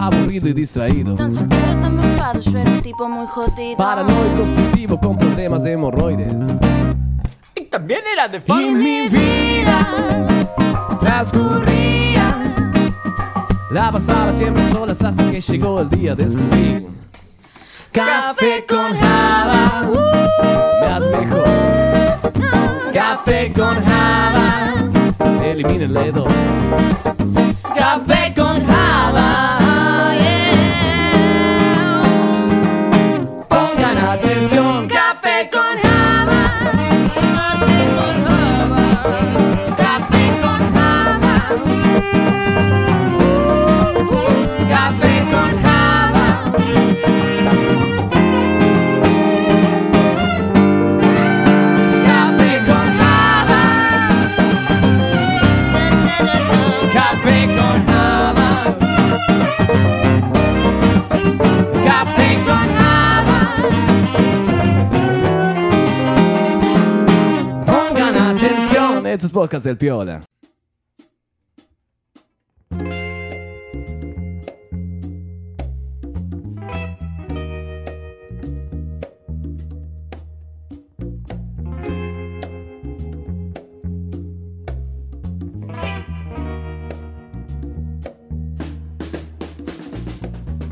aburrido y distraído. Tan soltero, tan mofado, yo era un tipo muy jodido. Paranoico, obsesivo, con problemas de hemorroides. Y también era de Y mi vida transcurría. La pasaba siempre sola hasta que llegó el día de descubrir. Café con java, Uh. me haz mejor. Café con java, elimina el dedo. Café con java, pongan atención. Café con java, café con java, café con java, Café con java. Café con java. Café con java. Café con java. Pongan atención, estas bocas del piola.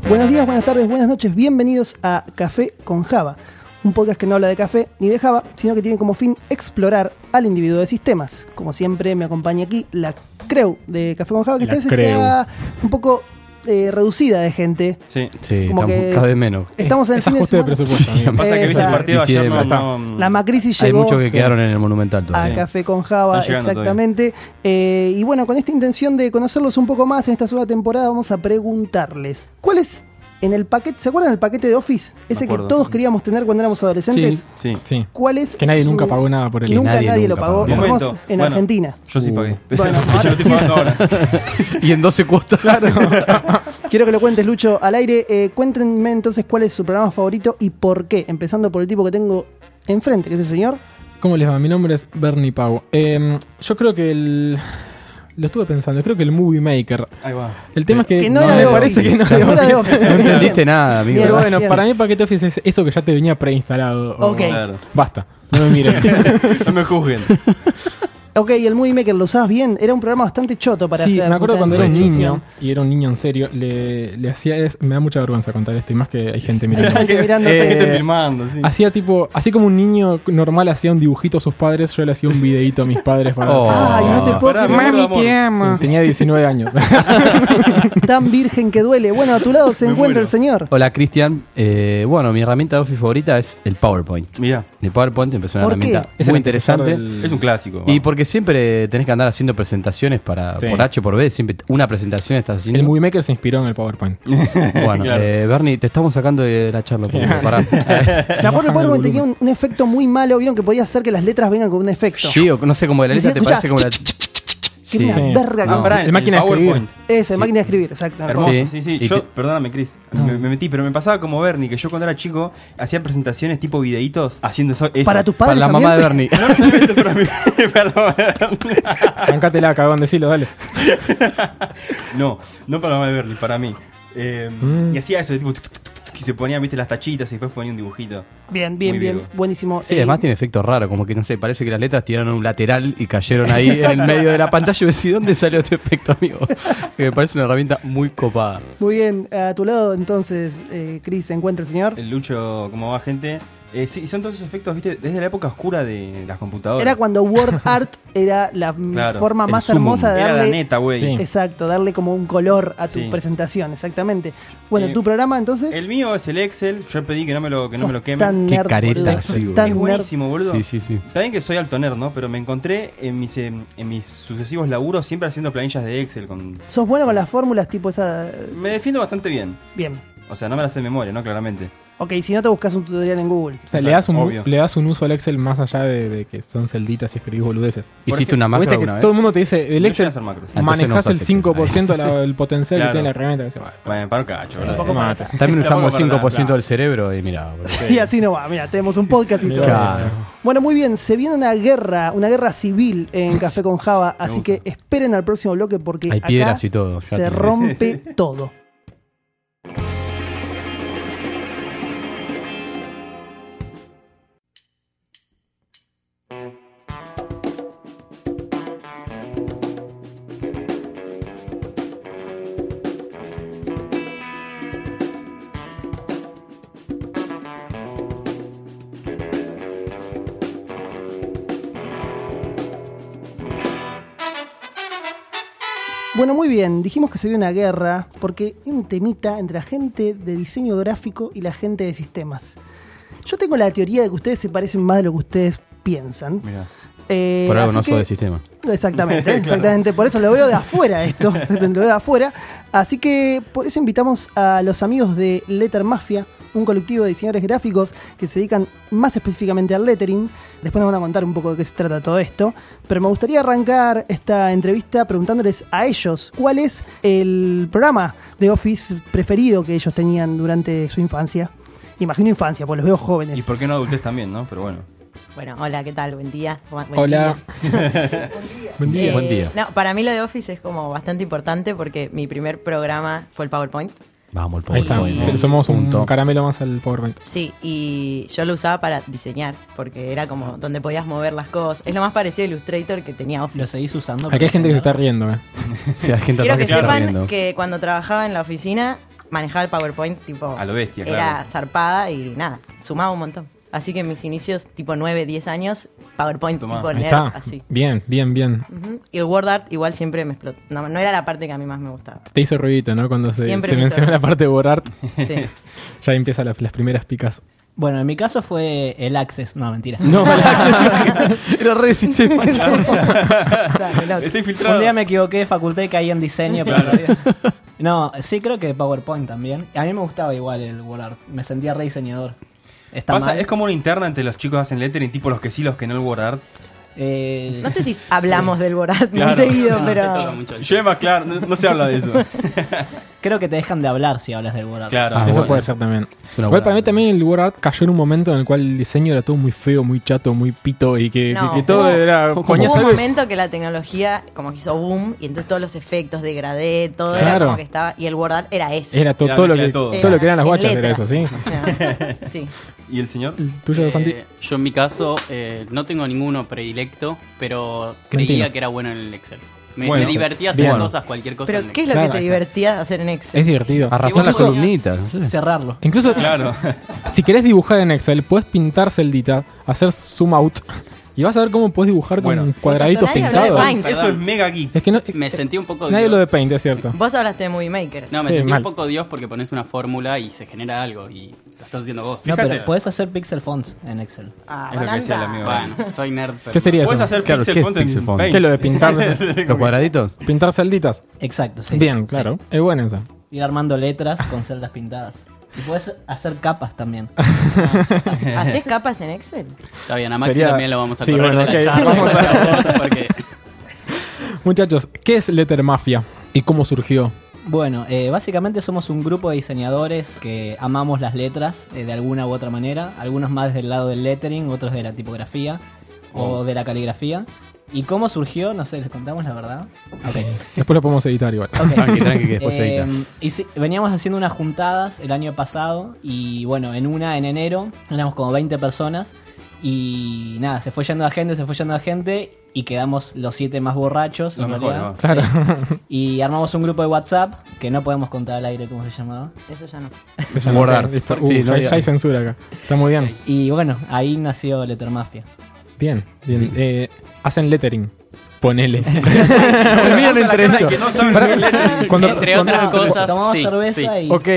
Buenos días, buenas tardes, buenas noches, bienvenidos a Café con Java, un podcast que no habla de café ni de Java, sino que tiene como fin explorar al individuo de sistemas. Como siempre me acompaña aquí la Creu de Café con Java, que La esta vez Creu. está un poco eh, reducida de gente. Sí. Sí, Como tam- que cada es- vez menos. Estamos en el Es fin de ajuste de semana. presupuesto. Sí, pasa Pasa que viste el Esa. partido ayer, Diciembre, no, mm. está. no- La macrisis Hay llegó muchos que Sí. quedaron en el Monumento Alto. a Sí. Café con Java, Están llegando exactamente. Eh, y bueno, con esta intención de conocerlos un poco más en esta segunda temporada, vamos a preguntarles, ¿cuál es en el paquete, ¿se acuerdan el paquete de Office? Ese que acuerdo. todos queríamos tener cuando éramos adolescentes. Sí. Sí. ¿Cuál es Que nadie su- nunca pagó nada por que él. nunca nadie, Nadie lo nunca pagó. pagó. Vamos Momento. en Bueno. Argentina. Yo Uh. sí pagué. Bueno, Yo lo estoy pagando ahora. Y en 12 cuotas. Quiero que lo cuentes, Lucho, al aire. Eh, cuéntenme entonces cuál es su programa favorito y por qué. Empezando por el tipo que tengo enfrente, que es el señor. ¿Cómo les va? Mi nombre es Bernie Pau. Em, yo creo que el. Lo estuve pensando, creo que el Movie Maker. Ahí va. El tema es que. Que no era de me Office. parece que Eh, no era de era de Office. Office. No entendiste nada, amigo. Bien. Pero bueno, Bien. para mí paquete Office es eso que ya te venía preinstalado. o- Ok. Claro. Basta, no me miren. No me juzguen. Ok, y el Movie Maker, ¿lo usabas bien? Era un programa bastante choto para sí, hacer. me acuerdo cuando era un justamente. niño, y era un niño en serio, le, le hacía... es- me da mucha vergüenza contar esto, y más que hay gente mirando. Gente Eh, mirándote. Esté filmando, sí. Hacía tipo, así como un niño normal hacía un dibujito a sus padres, yo le hacía un videito a mis padres para Oh. Ay, no te puedo Pará, creer. me acuerdo, amor. Sí, tenía 19 años. Tan virgen que duele. Bueno, a tu lado se Me encuentra muero. el señor. Hola, Cristian. Eh, bueno, mi herramienta de Office favorita es el PowerPoint. Mirá, El PowerPoint empezó una ¿Por qué? herramienta Es el muy interesante. antecesor del- es un clásico. Y vamos. porque siempre tenés que andar haciendo presentaciones para Sí. por H o por B, siempre una presentación estás haciendo. El Movie Maker se inspiró en el PowerPoint. Bueno, Claro. eh, Bernie, te estamos sacando de la charla. por favor, pará. Eh, Me acuerdo el Bajame el PowerPoint tenía volumen. un, un efecto muy malo. Vieron que podía hacer que las letras vengan con un efecto. Sí, o no sé cómo de la Y letra si te escuchás, parece como la. que Sí. una Sí. verga. Ah, que- pará, El máquina de PowerPoint. Esa, máquina de escribir, exacto. Hermoso, Sí. sí, sí. Y Yo, te- perdóname, Chris. Me, me metí, pero me pasaba como Bernie, que yo cuando era chico hacía presentaciones tipo videitos haciendo eso. eso. Para tus Para padres la también. mamá de Bernie. Para mí. Perdón, Bernie. Bancátela, cagón, decilo, dale. No, no para la mamá de Bernie, para mí. Eh, Mm. Y hacía eso, tipo, tuc, tuc, tuc, tuc, y se ponían, viste, las tachitas y después ponía un dibujito. Bien, bien, Muy bien. virgo. Buenísimo. Sí, Eh, además tiene efecto raro, como que no sé, parece que las letras tiraron a un lateral y cayeron ahí en el medio de la pantalla. Y decís, ¿dónde salió este efecto, amigo? Así que me parece una herramienta muy copada. Muy bien, a tu lado entonces, eh, Chris, se encuentra el señor. El Lucho, como va gente. Eh, sí, son todos esos efectos, viste, desde la época oscura de las computadoras. Era cuando Word Art era la m- Claro, forma el más sumum. hermosa de Era la darle. neta, güey. Sí. Exacto, darle como un color a tu Sí. presentación, exactamente. Bueno, Eh, tu programa entonces. El mío es el Excel, yo pedí que no me lo, que no Sos me lo quemen. Tan Qué nerd, careta, boludo. sí, Sos boludo. tan es nerd. buenísimo, boludo. Sí, sí, sí. Está bien que soy alto nerd, ¿no? Pero me encontré en mis, eh, en mis sucesivos laburos siempre haciendo planillas de Excel. Con... Sos bueno con las fórmulas tipo esa. Me defiendo bastante bien. Bien. O sea, no me las sé de memoria, ¿no? Claramente. Ok, si no te buscas un tutorial en Google. O sea, Exacto, le das, un, obvio. le das un uso al Excel más allá de, de que son celditas y escribís boludeces. ¿Hiciste una Porque macro Viste que alguna todo el vez? mundo te dice, el No llegué a Excel hacer macros. Ah, entonces no manejás el usás Excel. 5% la- del potencial Claro. que tiene la herramienta. que se va. Bueno, para un cacho, ¿verdad? Tampoco Sí. mata. También usamos Tampoco para 5% la- del cerebro y mirá. boludo. Y así no va, mira, tenemos un podcast y todo. Claro. Bueno, muy bien, se viene una guerra, una guerra civil en Café con Java, así que esperen al próximo bloque porque Hay acá piedras y todo, ya se te digo. rompe todo. Bueno, muy bien. Dijimos que se vio una guerra porque hay un temita entre la gente de diseño gráfico y la gente de sistemas. Yo tengo la teoría de que ustedes se parecen más de lo que ustedes piensan. Mirá. Eh, Por así algo no que- sos de sistema. Exactamente, exactamente. Por eso lo veo de afuera esto. Lo veo de afuera. Así que por eso invitamos a los amigos de Letter Mafia, un colectivo de diseñadores gráficos que se dedican más específicamente al lettering. Después nos van a contar un poco de qué se trata todo esto. Pero me gustaría arrancar esta entrevista preguntándoles a ellos cuál es el programa de Office preferido que ellos tenían durante su infancia. Imagino infancia, pues los veo jóvenes. Y por qué no adultez también, ¿no? Pero bueno. Bueno, hola, ¿qué tal? Buen día. Bu- buen Hola. día. Buen Eh, día. Buen día. No, para mí lo de Office es como bastante importante porque mi primer programa fue el PowerPoint. Vamos, el Ahí está. PowerPoint. Sí, Somos un Punto. caramelo más al PowerPoint. Sí, y yo lo usaba para diseñar porque era como donde podías mover las cosas. Es lo más parecido a Illustrator que tenía Office. Lo seguís usando. Aquí hay gente que se está pero- riendo. eh. Sí, hay gente Quiero atrás que que se está sepan riendo. que cuando trabajaba en la oficina manejaba el PowerPoint tipo... A lo bestia, Era claro. zarpada y nada, sumaba un montón. Así que en mis inicios, tipo 9, 10 años, PowerPoint Tomá. tipo Ahí nerd, está. así. Bien, bien, bien. Ujú. Y el word art igual siempre me explotó. No, no era la parte que a mí más me gustaba. Te hizo ruidito, ¿no? Cuando se, Siempre se me hizo menciona la ruido. parte de Borart, Sí. ya empiezan las, las primeras picas. Bueno, en mi caso fue el Access. No, mentira. No, el Access era re sistema. Dale, loco. Estoy Un filtrado. día me equivoqué de facultad y caí en diseño, pero todavía- No, sí creo que PowerPoint también. A mí me gustaba igual el WordArt. Me sentía re diseñador. Está Pasa- mal. es como una interna entre los chicos que hacen lettering, tipo los que sí, los que no el guardar. Eh, No sé si hablamos del Borat Claro. muy seguido, no, se toca pero. mucho. Yo más claro, no, no se habla de eso. Creo que te dejan de hablar si hablas del WordArt. Claro. Ah, Eso bueno. puede ser también. Es una Igual para buena- mí también el WordArt cayó en un momento en el cual el diseño era todo muy feo, muy chato, muy pito y que, No. que- que todo Hubo- era. hubo ponías Hubo un algo y- momento que la tecnología como que hizo boom y entonces todos los efectos degradé, todo era Claro. como que estaba. Y el Borat era eso. Era to- Era todo, lo mezcla que, de todo. todo. lo que eran las en guachas, letra. era eso, ¿sí? O sea, sí. ¿Y el señor? El tuyo, Eh, Santi. Yo en mi caso eh, no tengo ninguno predilecto, pero creía Mentiras. que era bueno en el Excel. Me, Bueno, me divertía hacer bien. cosas, cualquier cosa. en Pero ¿qué es lo Claro, que te acá. divertía hacer en Excel? Es divertido. Arrastró la Vos podías columnita. no sé. Cerrarlo. Incluso Claro. si querés dibujar en Excel, puedes pintar celdita, hacer zoom out y vas a ver cómo puedes dibujar Bueno, con cuadraditos porque nadie habla de pintados. Paint. Eso es mega geek. Es que no, Me sentí un poco nadie Dios. lo de Paint, es cierto. Vos hablaste de Movie Maker. No, me Sí, sentí mal. un poco Dios porque pones una fórmula y se genera algo y lo estás haciendo vos. No, Fíjate. pero puedes hacer pixel fonts en Excel. Ah, Es lo que decía el Balanta. amigo. Bueno, soy nerd. pero- ¿Qué sería Puedes eso? hacer Claro, ¿qué pixel es font en pixel font? Paint. ¿Qué es lo de pintar? ¿Los cuadraditos? pintar celditas. Exacto, sí. Bien, Sí. claro. Es buena esa. Ir armando letras con celdas pintadas. Y puedes hacer capas también. ¿Hacés capas en Excel? Está bien, a Maxi Sería- también lo vamos a Sí, correr de bueno, la ok, charla vamos por vos, porque Muchachos, ¿qué es Letter Mafia y cómo surgió? Bueno, eh, básicamente somos un grupo de diseñadores que amamos las letras eh, de alguna u otra manera. Algunos más del lado del lettering, otros de la tipografía o Oh. de la caligrafía. ¿Y cómo surgió? No sé, ¿les contamos la verdad? Ok. Después lo podemos editar igual. ok. Tranqui, tranqui, que después se Eh, edita. y sí, veníamos haciendo unas juntadas el año pasado y bueno, en una en enero éramos como 20 personas y nada, se fue yendo la gente, se fue yendo la gente y quedamos los siete más borrachos. Lo en mejor, realidad. ¿no? Sí. Y armamos un grupo de WhatsApp que no podemos contar al aire cómo se llamaba. Eso ya no. Se llama- Guardar. Listo. Uh, Sí, no ya, hay- ya hay censura acá. Está muy bien. Y bueno, ahí nació Letter Mafia. Bien, bien. Eh, hacen lettering. Ponele. Se miran entre La cara de ellos. que no saben hacer lettering. Cuando Entre son- otras cosas, Tomamos sí, cerveza sí. y... Ok,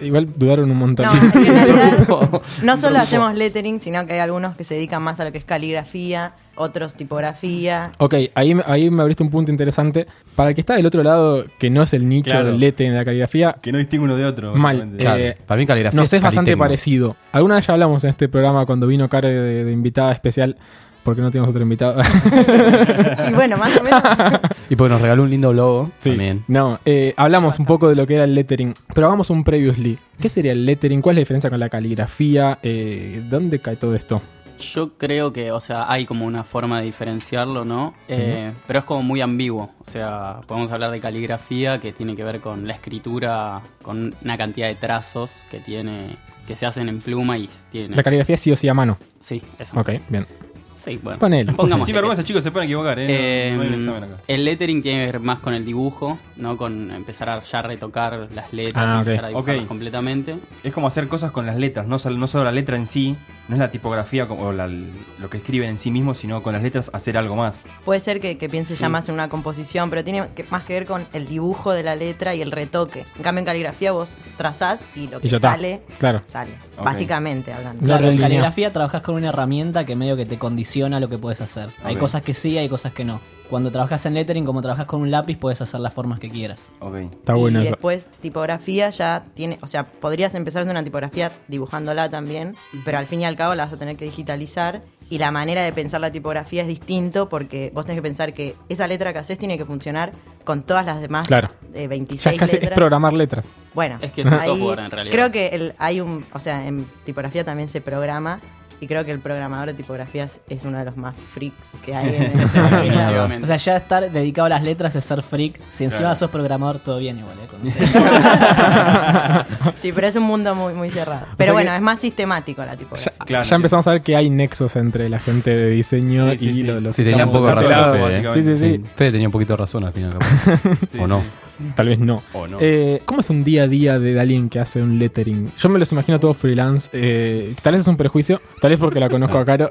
igual dudaron un montón. No, es que en realidad no solo hacemos lettering, sino que hay algunos que se dedican más a lo que es caligrafía, otros tipografía. Ok, ahí, ahí me abriste un punto interesante. Para el que está del otro lado, que no es el nicho Claro. del lettering de la caligrafía, Que no distingue uno de otro. mal. básicamente. Claro, Eh, para mí caligrafía Nos es bastante calitengo. parecido. Alguna vez ya hablamos en este programa cuando vino Care de, de invitada especial, porque no tenemos otro invitado. Y bueno, más o menos. Y porque nos regaló un lindo logo Sí. también. No, eh, hablamos un poco de lo que era el lettering, pero hagamos un previously. ¿Qué sería el lettering? ¿Cuál es la diferencia con la caligrafía? Eh, ¿Dónde cae todo esto? Yo creo que, o sea, hay como una forma de diferenciarlo, ¿no? Eh, pero es como muy ambiguo. O sea, podemos hablar de caligrafía que tiene que ver con la escritura, con una cantidad de trazos que tiene, que se hacen en pluma y tiene. La caligrafía sí o sí a mano. Sí, eso. Ok, bien. Sí, bueno. Ponele. Pongamos Sin vergüenza, que sí. chicos, se pueden equivocar, ¿eh? No- no hay un Eh, examen acá. el lettering tiene que ver más con el dibujo, no con empezar a ya retocar las letras, Ah, y ok. empezar a dibujarlas Ok. completamente. Es como hacer cosas con las letras, no, sol- no solo la letra en sí, no es la tipografía como- o la- lo que escriben en sí mismo, sino con las letras hacer algo más. Puede ser que, que pienses ya más en una composición, pero tiene que- más que ver con el dibujo de la letra y el retoque. En cambio, en caligrafía vos trazás y lo que Y ya está. sale, Claro. sale. Ok. Básicamente hablando. No Claro, en realineas. caligrafía trabajas con una herramienta que medio que te condiciona lo que puedes hacer. Hay Ok. cosas que sí, hay cosas que no. Cuando trabajas en lettering, como trabajas con un lápiz, puedes hacer las formas que quieras. Ok. Está y bueno eso. después tipografía ya tiene, o sea, podrías empezar de una tipografía dibujándola también, pero al fin y al cabo la vas a tener que digitalizar y la manera de pensar la tipografía es distinto porque vos tenés que pensar que esa letra que haces tiene que funcionar con todas las demás Claro. eh, 26 Ya es casi es letras. programar letras. Bueno, Es que es un software, en realidad. Creo que el- hay un, o sea, en tipografía también se programa y creo que el programador de tipografías es uno de los más freaks que hay en el Definitivamente. O sea, ya estar dedicado a las letras es ser freak. Si encima Claro. sos programador, todo bien igual. ¿eh? Con- Sí, pero es un mundo muy, muy cerrado. Pero sea bueno, que- es más sistemático la Ya, tipografía. Claro, ya empezamos a ver que hay nexos entre la gente de diseño Ah, Sí, sí, y sí. lo- los Sí, que tenía un estamos poco de del otro razón, lado. Fede. Sí, ¿eh? sí, sí. Sí, Fede tenía un poquito de razón al final, capaz. Sí, ¿O no? sí. Tal vez no. O no. Eh, ¿Cómo es un día a día de alguien que hace un lettering? Yo me los imagino todo freelance. eh, tal vez es un prejuicio, tal vez porque la conozco a Caro,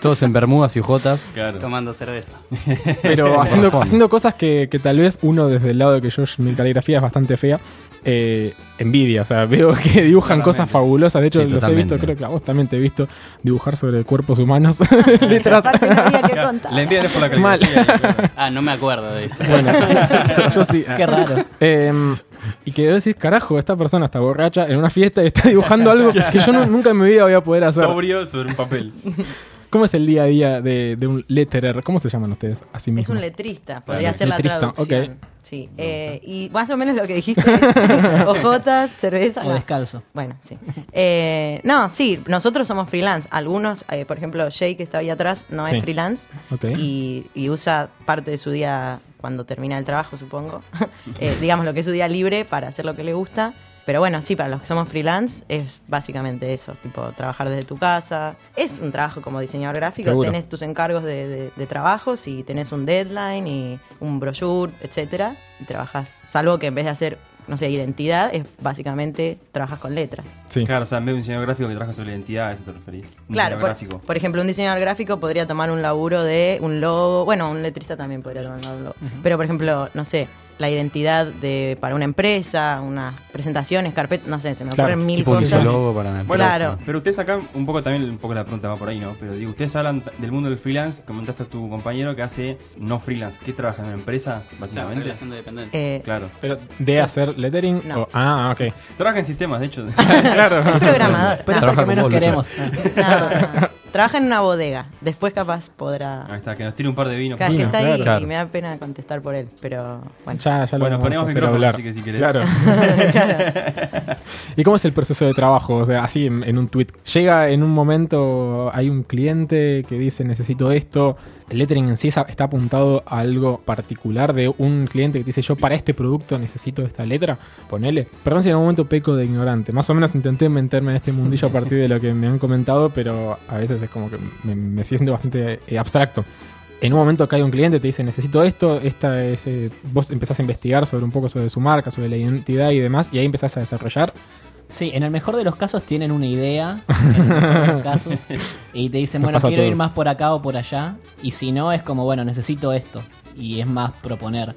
Todos en bermudas y jotas. Claro. Tomando cerveza. pero haciendo, Corresponde. haciendo cosas que, que tal vez uno desde el lado de que yo, mi caligrafía es bastante fea, eh, envidia. O sea, veo que dibujan Totalmente. cosas fabulosas. De hecho, Sí, los he totalmente. visto, creo que a vos también te he visto dibujar sobre cuerpos humanos. letras. Aparte no había que Claro, contar. La envidia es por la Mal. caligrafía. claro. Ah, no me acuerdo de eso. Bueno, yo sí. Qué raro. Em, y que decís, carajo, esta persona está borracha en una fiesta y está dibujando algo que yo nu- nunca en mi vida voy a poder hacer. Sobrio sobre un papel. ¿Cómo es el día a día de, de un letterer? ¿Cómo se llaman ustedes así Es mismos? un letrista, podría Claro. ser la Letrista, traducción. ok. Sí, eh, y más o menos lo que dijiste es ojotas, cerveza. O no. descalzo. Bueno, sí. Eh, no, sí, nosotros somos freelance. Algunos, eh, por ejemplo, Jay, que está ahí atrás, no Sí. es freelance Ok. y, y usa parte de su día cuando termina el trabajo, supongo. Eh, digamos lo que es su día libre para hacer lo que le gusta. Pero bueno, sí, para los que somos freelance es básicamente eso, tipo trabajar desde tu casa. Es un trabajo como diseñador gráfico, Seguro. tenés tus encargos de, de- de trabajos y tenés un deadline y un brochure, etcétera, y trabajas, salvo que en vez de hacer, no sé, identidad, es básicamente trabajas con letras. Sí. Claro, o sea, en vez de un diseño gráfico que trabaja sobre la identidad, a eso te referís. Un Claro, diseño por, gráfico. por ejemplo, un diseñador gráfico podría tomar un laburo de un logo, bueno, un letrista también podría tomar un logo, pero por ejemplo, no sé, la identidad de para una empresa, unas presentaciones, carpetas, no sé, se me Claro, ocurren mil Tipo un cosas. logo para una Bueno, Claro. pero ustedes sacan un poco también, un poco la pregunta va por ahí, ¿no? Pero digo, ustedes hablan t- del mundo del freelance, comentaste a tu compañero que hace no freelance, que trabaja en una empresa, La básicamente. relación de dependencia. Eh, Claro. Pero de hacer lettering. No. o- ah, ok. Trabaja en sistemas, de hecho. claro. programador. Pero es Trabaja el que con menos vos, Lucho. queremos. Ah. No, no. Trabaja en una bodega, después capaz Ahí podrá... está, que nos tire un par de vinos. Cada vez que Vino, está ahí claro. y me da pena contestar por él, pero bueno. Ya, ya lo Bueno, vamos ponemos a hacer micrófono, hablar. así que si querés. Claro. ¿Y cómo es el proceso de trabajo? O sea, así en, en un tweet. Llega en un momento, hay un cliente que dice necesito esto. El lettering en sí es a- está apuntado a algo particular de un cliente que te dice yo para este producto necesito esta letra. Ponele. Perdón si en algún momento peco de ignorante. Más o menos intenté meterme en este mundillo a partir de lo que me han comentado, pero a veces es como que me, me sigue siendo bastante eh, abstracto en un momento cae un cliente y te dice necesito esto, esta es, eh, vos empezás a investigar sobre un poco sobre su marca, sobre la identidad y demás, y ahí empezás a desarrollar. Sí, en el mejor de los casos tienen una idea. en el mejor de los casos, y te dicen, Nos bueno, pasa a quiero ir todos. más por acá o por allá. Y si no, es como, bueno, necesito esto. Y es más proponer.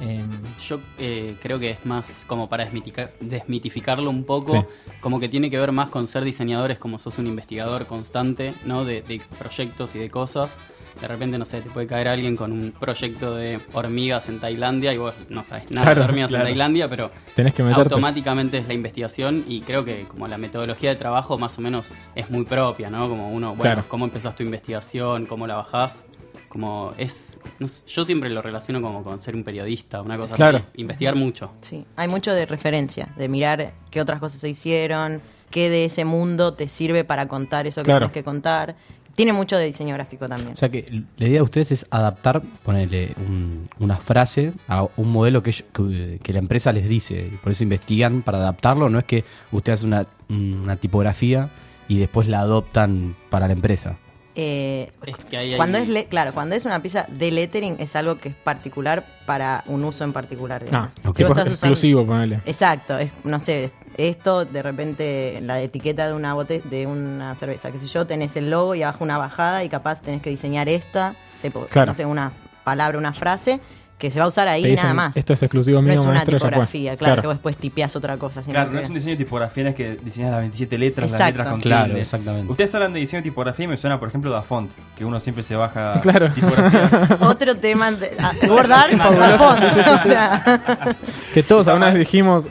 Eh, Yo eh, creo que es más como para desmiticar- desmitificarlo un poco, Sí. como que tiene que ver más con ser diseñadores, como sos un investigador constante, ¿no? De, de proyectos y de cosas. De repente, no sé, te puede caer alguien con un proyecto de hormigas en Tailandia y vos no sabes nada Claro, de hormigas claro. en Tailandia, pero Tenés que meterte. automáticamente es la investigación y creo que como la metodología de trabajo más o menos es muy propia, ¿no? Como uno, bueno, Claro. cómo empezás tu investigación, cómo la bajás, como es, no sé, yo siempre lo relaciono como con ser un periodista, una cosa Claro. así, investigar mucho. Sí, hay mucho de referencia, de mirar qué otras cosas se hicieron, qué de ese mundo te sirve para contar eso que Claro. tienes que contar. Tiene mucho de diseño gráfico también. O sea que la idea de ustedes es adaptar, ponerle un- una frase a un modelo que, ellos- que, que la empresa les dice. y Por eso investigan para adaptarlo. No es que usted hace una, una tipografía y después la adoptan para la empresa. eh, Es que ahí hay- cuando es le- claro, cuando es una pieza de lettering es algo que es particular para un uso en particular. Ah, digamos. tipo Si vos estás usando- exclusivo, ponele. Exacto, es- no sé, es- esto de repente la etiqueta de una bote de una cerveza, qué sé yo, tenés el logo y abajo una bajada y capaz tenés que diseñar esta, se po- Claro. no sé, una palabra, una frase que se va a usar ahí Te y nada dicen, más. "Esto es exclusivo no mío, es una maestro, ya fue". tipografía, claro, Claro. que vos después tipeás otra cosa, sino Claro, que- no es un diseño de tipografía, no es que diseñas las 27 letras, las Exacto. letras con Claro, tilde. exactamente. Ustedes hablan de diseño de tipografía y me suena, por ejemplo, Da Font, que uno siempre se baja Claro. tipografía. otro tema de- a- abordar la font. O sea, Que todos alguna vez dijimos,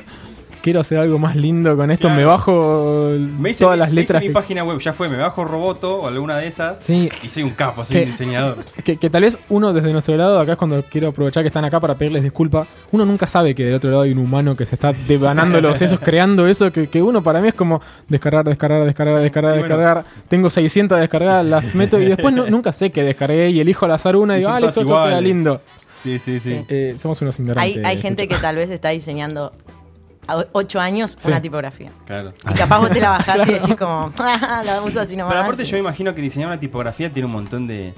quiero hacer algo más lindo con esto, Claro. me bajo el- Me hice, todas mi- las me hice letras. mi que- página web, ya fue, me bajo Roboto o alguna de esas Sí. y soy un capo, soy Que- un diseñador. Que, que tal vez uno desde nuestro lado, acá es cuando quiero aprovechar que están acá para pedirles disculpas, uno nunca sabe que del otro lado hay un humano que se está devanando los sesos, creando eso, que, que uno para mí es como descargar, descargar, descargar, descargar, sí, bueno. descargar, tengo 600 descargadas, las meto y después nu- nunca sé que descargué y elijo al azar una y Y digo, son ah, todas listo, esto queda iguales. lindo. Sí, sí, sí. Eh, somos unos ignorantes. hay, hay gente que muchachos. tal vez está diseñando a o- ocho años Sí. una tipografía. Claro. Y capaz vos te la bajás y decís como, "Ah, la uso así nomás. Pero aparte yo me imagino que diseñar una tipografía tiene un montón de,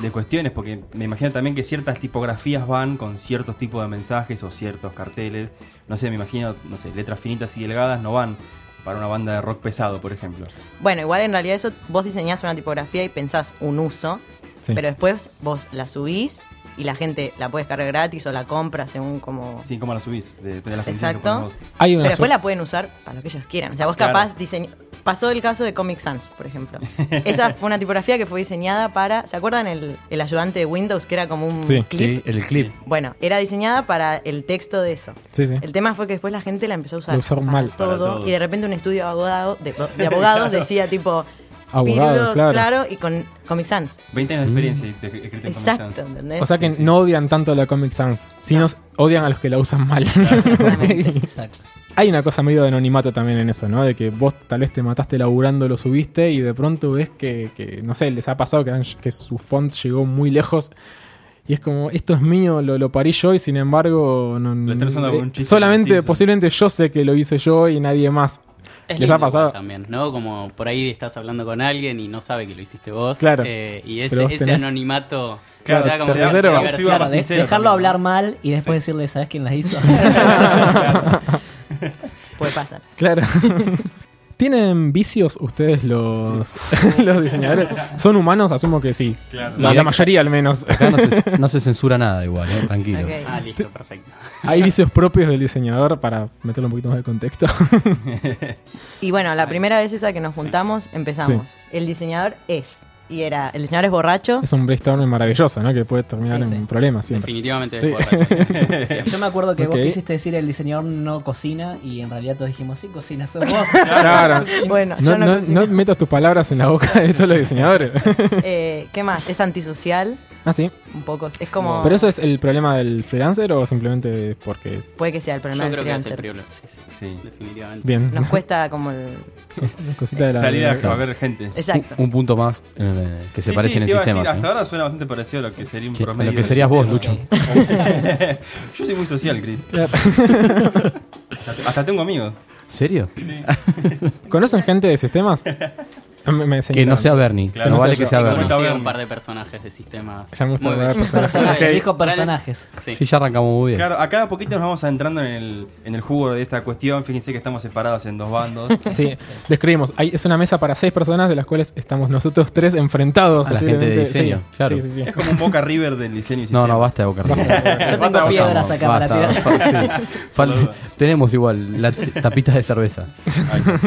de cuestiones, porque me imagino también que ciertas tipografías van con ciertos tipos de mensajes o ciertos carteles. No sé, me imagino, no sé, letras finitas y delgadas no van para una banda de rock pesado, por ejemplo. Bueno, igual en realidad eso, vos diseñás una tipografía y pensás un uso, Sí. pero después vos la subís y la gente la puede descargar gratis o la compra según como... Sí, ¿cómo la subís? De, de las funciones que Exacto. ponemos. Hay Pero una después so- la pueden usar para lo que ellos quieran. O sea, vos Claro. capaz diseñ... Pasó el caso de Comic Sans, por ejemplo. Esa fue una tipografía que fue diseñada para... ¿Se acuerdan el, el ayudante de Windows que era como un Sí. clip? Sí, el clip. Bueno, era diseñada para el texto de eso. Sí, sí. El tema fue que después la gente la empezó a usar, La usaron para mal. Todo, Para todo. Y de repente un estudio de, abogado- de, de abogados decía tipo... Abogado, Pirulos, claro. claro. y con Comic Sans. 20 años de experiencia y te escrito en Comic Sans. Exacto, ¿entendés? O sea que Sí, sí. no odian tanto a la Comic Sans, sino odian a los que la usan mal. Exactamente. Exacto. Hay una cosa medio de anonimato también en eso, ¿no? De que vos tal vez te mataste laburando, lo subiste y de pronto ves que, que, no sé, les ha pasado que, han- que su font llegó muy lejos y es como, esto es mío, lo, lo parí yo y sin embargo... No, eh, Le están usando algún chiste de solamente, los Simpsons. posiblemente yo sé que lo hice yo y nadie más. Es ¿Les lindo ha pasado? igual También, ¿no? Como por ahí estás hablando con alguien y no sabe que lo hiciste vos. Claro. eh, y Pero ese, vos ese tenés- anonimato. Claro, te da como te- la tercero. diversión. Claro, ¿eh? Claro, de- sincero dejarlo también, ¿no? hablar mal y después decirle, ¿sabes quién las hizo? Puede pasar. Claro. ¿Tienen vicios ustedes los, los diseñadores? ¿Son humanos? Asumo que sí. Claro. La, la mayoría al menos. Acá no se, no se censura nada igual, ¿eh? tranquilos. Ok. Ah, listo, perfecto. Hay vicios propios del diseñador para meterlo un poquito más de contexto. Y bueno, la primera vez esa que nos juntamos, empezamos. El diseñador es. Y era, el diseñador es borracho. es un brainstorming maravilloso, ¿no? Que puede terminar Sí, en sí. problemas siempre. Definitivamente. Sí. después, Rachel. Yo me acuerdo que Ok. vos quisiste decir el diseñador no cocina y en realidad todos dijimos, sí, cocina, sos vos. Claro. Bueno, No, yo no, no- cocino. no metas tus palabras en la boca de todos los diseñadores. Eh, ¿Qué más? Es antisocial, ah, sí. un poco. Es como. ¿Pero eso es el problema del freelancer o simplemente porque... Puede que sea el problema Yo del creo que es el freelancer. problema. Sí, sí, Sí. definitivamente. Bien. Nos cuesta como el. Cosita de la... Salir a Claro. ver gente. Exacto. Un punto más eh, que se Sí, parece sí, en el te iba a sistema. decir, ¿sí? Hasta ahora suena bastante parecido a lo que sería un Que- a promedio. lo que serías vos, de- Lucho. Yo soy muy social, Chris. Claro. Hasta- Hasta tengo amigos. ¿Serio? ¿Conocen gente de sistemas? Me, me Que no señalaron. sea Bernie. Claro, no, no vale sea que yo. sea He Bernie. Cuenta conocido Bernie. un par de personajes de sistemas. Ya me gusta muy ver bellos. personas. Personajes, Ok. dijo personajes. Sí. Sí, ya arrancamos muy bien. Claro, a cada poquito nos vamos adentrando en el, en el jugo de esta cuestión. Fíjense que estamos separados en dos bandos. Sí, describimos. Hay- es una mesa para seis personas de las cuales estamos nosotros tres enfrentados. A la gente de posiblemente. Sí, diseño, claro. Sí, sí, sí. es como un Boca River del diseño y No, sistema. no, basta de boca arriba. Yo tengo piedras acá para Basta, tirar. fa- sí. Falta- tenemos igual la t- tapita de cerveza. Ahí está.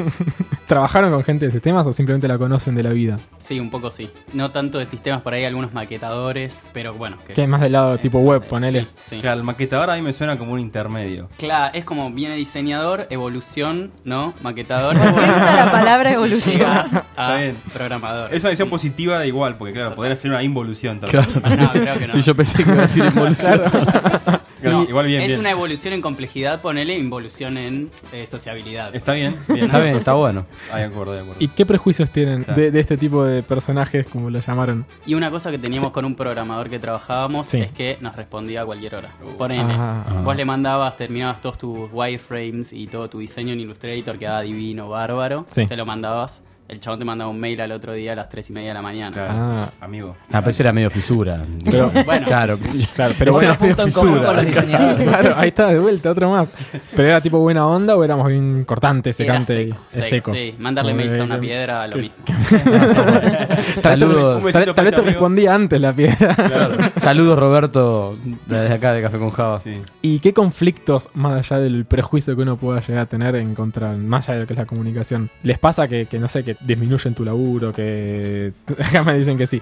¿Trabajaron con gente de sistemas o simplemente la conocen de la vida? Sí, un poco sí. No tanto de sistemas, por ahí algunos maquetadores, pero bueno. Que Que es más del lado tipo web, ponele. Sí, sí. Claro. Claro, el maquetador a mí me suena como un intermedio. es como viene diseñador, evolución, ¿no? Maquetador. Usa la evolución. palabra evolución. Llegas a Está bien. programador. Es una visión positiva de igual, porque claro, podría ser una involución también. Claro. No, creo que no. Sí, yo pensé que iba a decir involución. Claro, igual bien, es bien. una evolución en complejidad, ponele, involución en eh, sociabilidad. Está bien, bien. Está bien, está bueno. Ah, de acuerdo, de acuerdo. ¿Y qué prejuicios tienen Claro. de, de este tipo de personajes, como lo llamaron? Y una cosa que teníamos con un programador que trabajábamos Sí. es que nos respondía a cualquier hora. Ponele, Ah. vos le mandabas, terminabas todos tus wireframes y todo tu diseño en Illustrator, quedaba divino, bárbaro. Sí. Se lo mandabas. el chabón te mandaba un mail al otro día a las 3 y media de la mañana. Claro, Ah. amigo. Ah, pero ese era medio fisura. Pero- bueno, claro, Claro, pero Ese bueno, era medio Punto en común fisura. con los diseñadores. Claro, ahí está de vuelta, otro más. Pero era tipo buena onda o éramos bien cortante, secante, Era es seco. Sí, mandarle mails a una piedra, lo mismo. Saludos. Un Tal, tal vez besito para te este amigo. respondía antes la piedra. Saludos Roberto desde acá de Café con Java. Sí. ¿Y qué conflictos, más allá del prejuicio que uno pueda llegar a tener en contra, más allá de lo que es la comunicación, les pasa que, que, no sé, que disminuyen tu laburo, que. Acá me dicen que sí.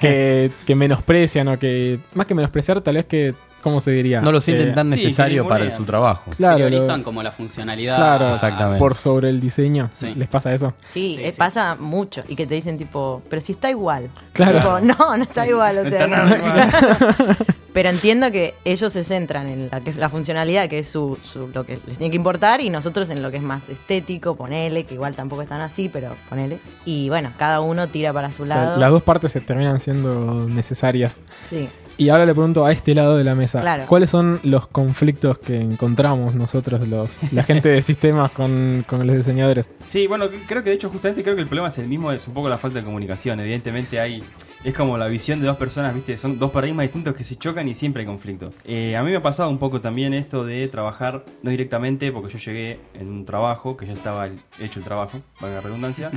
Que, que menosprecian o que. Más que menospreciar, tal vez que. ¿Cómo se diría? No lo sienten Eh, tan sí, que necesario para ningunean. su trabajo. Claro, lo- Priorizan como la funcionalidad. Claro, Exactamente. por sobre el diseño. Sí. ¿Les pasa eso? Sí, Sí, eh, sí. pasa mucho. Y que te dicen tipo, pero si está igual. Claro. Tipo, no, no está igual. O No sea, está nada igual. Pero entiendo que ellos se centran en la, que es la funcionalidad, que es su, su- lo que les tiene que importar, y nosotros en lo que es más estético, ponele, que igual tampoco están así, pero ponele. Y bueno, cada uno tira para su O sea, lado. las dos partes se terminan siendo necesarias. Sí. Y ahora le pregunto a este lado de la mesa, Claro. ¿cuáles son los conflictos que encontramos nosotros, los, la gente de sistemas con, con los diseñadores? Sí, bueno, que- creo que de hecho justamente creo que el problema es el mismo, es un poco la falta de comunicación. Evidentemente hay, es como la visión de dos personas, viste, son dos paradigmas distintos que se chocan y siempre hay conflicto. Eh, a mí me ha pasado un poco también esto de trabajar, no directamente, porque yo llegué en un trabajo, que ya estaba el- hecho el trabajo, para la redundancia,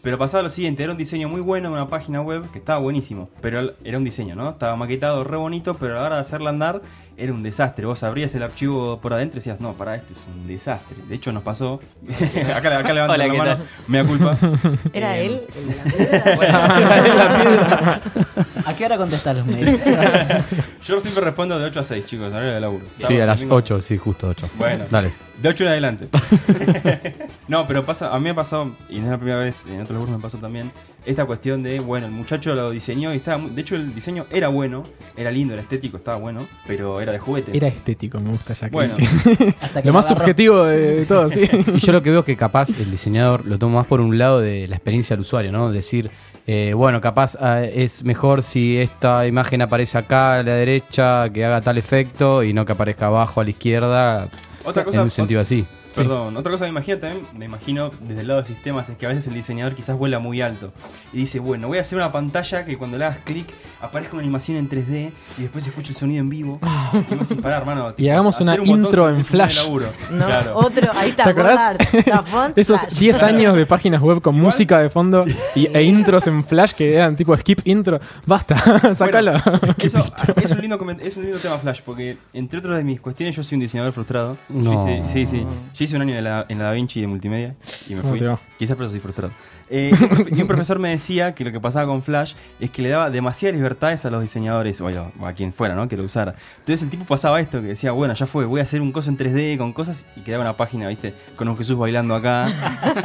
pero pasaba lo siguiente, era un diseño muy bueno, una página web que estaba buenísimo, pero el- era un diseño, ¿no? Estaba maquetado, re bonito, pero a la hora de hacerla andar era un desastre. Vos abrías el archivo por adentro y decías, no, para, este es un desastre. De hecho nos pasó, acá, le- acá levanto Hola, la ¿qué mano, tal? mea culpa. Era Eh, él, el de la piedra. ¿A qué hora contestas los mails? Yo siempre respondo de 8 a 6, chicos, a de laburo. Sí, Sábado, a las domingo. 8, sí, justo 8. Bueno. Dale. De 8 en adelante. no, pero pasa, a mí me pasó, y no es la primera vez, en otros grupos me pasó también, esta cuestión de, bueno, el muchacho lo diseñó y estaba. muy- De hecho, el diseño era bueno, era lindo, era estético, estaba bueno, pero era de juguete. Era estético, me gusta ya que... Bueno, Hasta que lo más agarró. subjetivo de, de todo, sí. Y yo lo que veo que capaz el diseñador lo toma más por un lado de la experiencia del usuario, ¿no? Decir, eh, bueno, capaz ah, es mejor si esta imagen aparece acá a la derecha, que haga tal efecto y no que aparezca abajo a la izquierda. otra cosa. en un sentido así. Perdón, otra cosa que me imagino también, me imagino desde el lado de sistemas, es que a veces el diseñador quizás vuela muy alto y dice, bueno, voy a hacer una pantalla que cuando le hagas clic aparezca una animación en 3D y después se escucha el sonido en vivo. y vos decís, "Pará, hermano, tipo, Ah. hagamos una hacer un botón intro es en un Flash". laburo". No, Claro. otro, ahí está, ¿Te acordás? guardar, la font, Esos flash. 10 años de páginas web con música de fondo y, e intros en flash que eran tipo skip intro, basta, sacalo. Eso, es, un lindo coment- es un lindo tema Flash, porque entre otras de mis cuestiones, yo soy un diseñador frustrado. No. Yo hice, sí, sí. Yo hice un año en la, en la Da Vinci de multimedia y me ¿Cómo fui. te va? Quizás por eso soy frustrado. Eh, y un profe- y un profesor me decía que lo que pasaba con Flash es que le daba demasiadas libertades a los diseñadores, o a, o a quien fuera, ¿no? Que lo usara. Entonces el tipo pasaba esto, que decía, bueno, ya fue, voy a hacer un coso en 3D con cosas, y quedaba una página, ¿viste? Con un Jesús bailando acá.